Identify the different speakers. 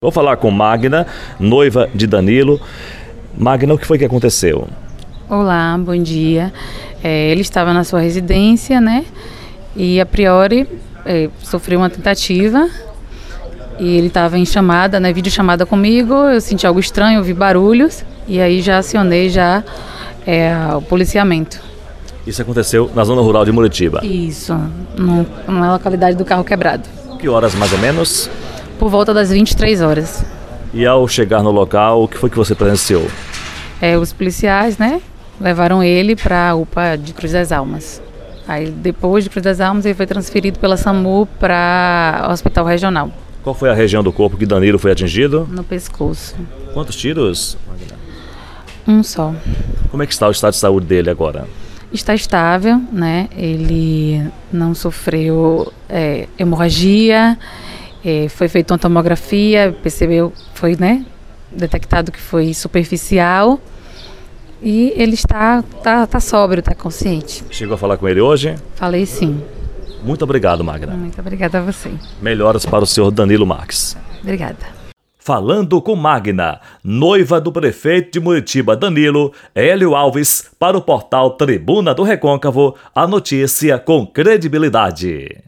Speaker 1: Vou falar com Magna, noiva de Danilo. Magna, o que foi que aconteceu?
Speaker 2: Olá, bom dia. É, ele estava na sua residência, né? E a priori é, sofreu uma tentativa. E ele estava em chamada, né? Vídeo chamada comigo. Eu senti algo estranho, ouvi barulhos. E aí já acionei já é, o policiamento.
Speaker 1: Isso aconteceu na zona rural de Muritiba.
Speaker 2: Isso, no- na localidade do carro quebrado.
Speaker 1: Que horas mais ou menos?
Speaker 2: Por volta das 23 horas.
Speaker 1: E ao chegar no local, o que foi que você presenciou?
Speaker 2: É, os policiais, né, levaram ele para a UPA de Cruz das Almas. Aí, depois de Cruz das Almas, ele foi transferido pela SAMU para o Hospital Regional,
Speaker 1: Qual foi a região do corpo que Danilo foi atingido?
Speaker 2: no pescoço.
Speaker 1: Quantos tiros?
Speaker 2: Um só.
Speaker 1: Como é que está o estado de saúde dele agora?
Speaker 2: Está estável, né, ele não sofreu é, hemorragia, é, foi feita uma tomografia, percebeu, foi, né, detectado que foi superficial. E ele está, tá, tá sóbrio, está consciente.
Speaker 1: Chegou a falar com ele hoje?
Speaker 2: Falei sim.
Speaker 1: Muito obrigado, Magna.
Speaker 2: Muito obrigada a você.
Speaker 1: Melhoras para o senhor Danilo Marques.
Speaker 2: Obrigada.
Speaker 1: Falando com Magna, noiva do prefeito de Muritiba, Danilo Hélio Alves, para o portal Tribuna do Recôncavo, a notícia com credibilidade.